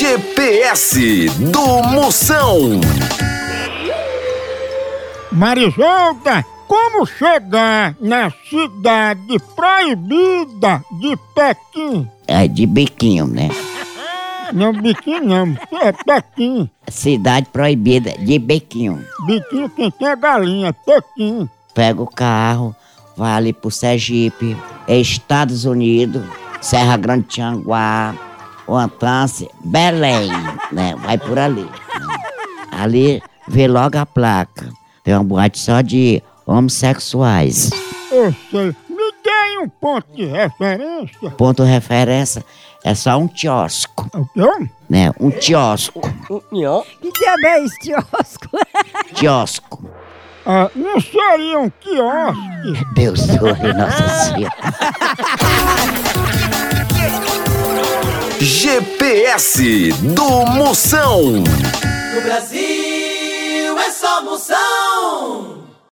GPS do Moção. Marisolda, como chegar na cidade proibida de Pequim? É de biquinho, né? Não, Biquim não, é Pequim. Cidade proibida, de biquinho. Biquim quem tem é galinha, Pequim. Pega o carro, vai ali pro Sergipe, é Estados Unidos, Serra Grande Tianguá, Antância, Belém, né? Vai por ali. né? Ali vê logo a placa. Tem uma boate só de homossexuais. Eu sei, me dê um ponto de referência. Ponto de referência é só um quiosco, O quê? né? Um quiosco, Que diabo é esse tiosco? quiosco. Ah, não seria um quiosque? Deus sorri, Nossa Senhora. GPS do Moção. No Brasil é só moção.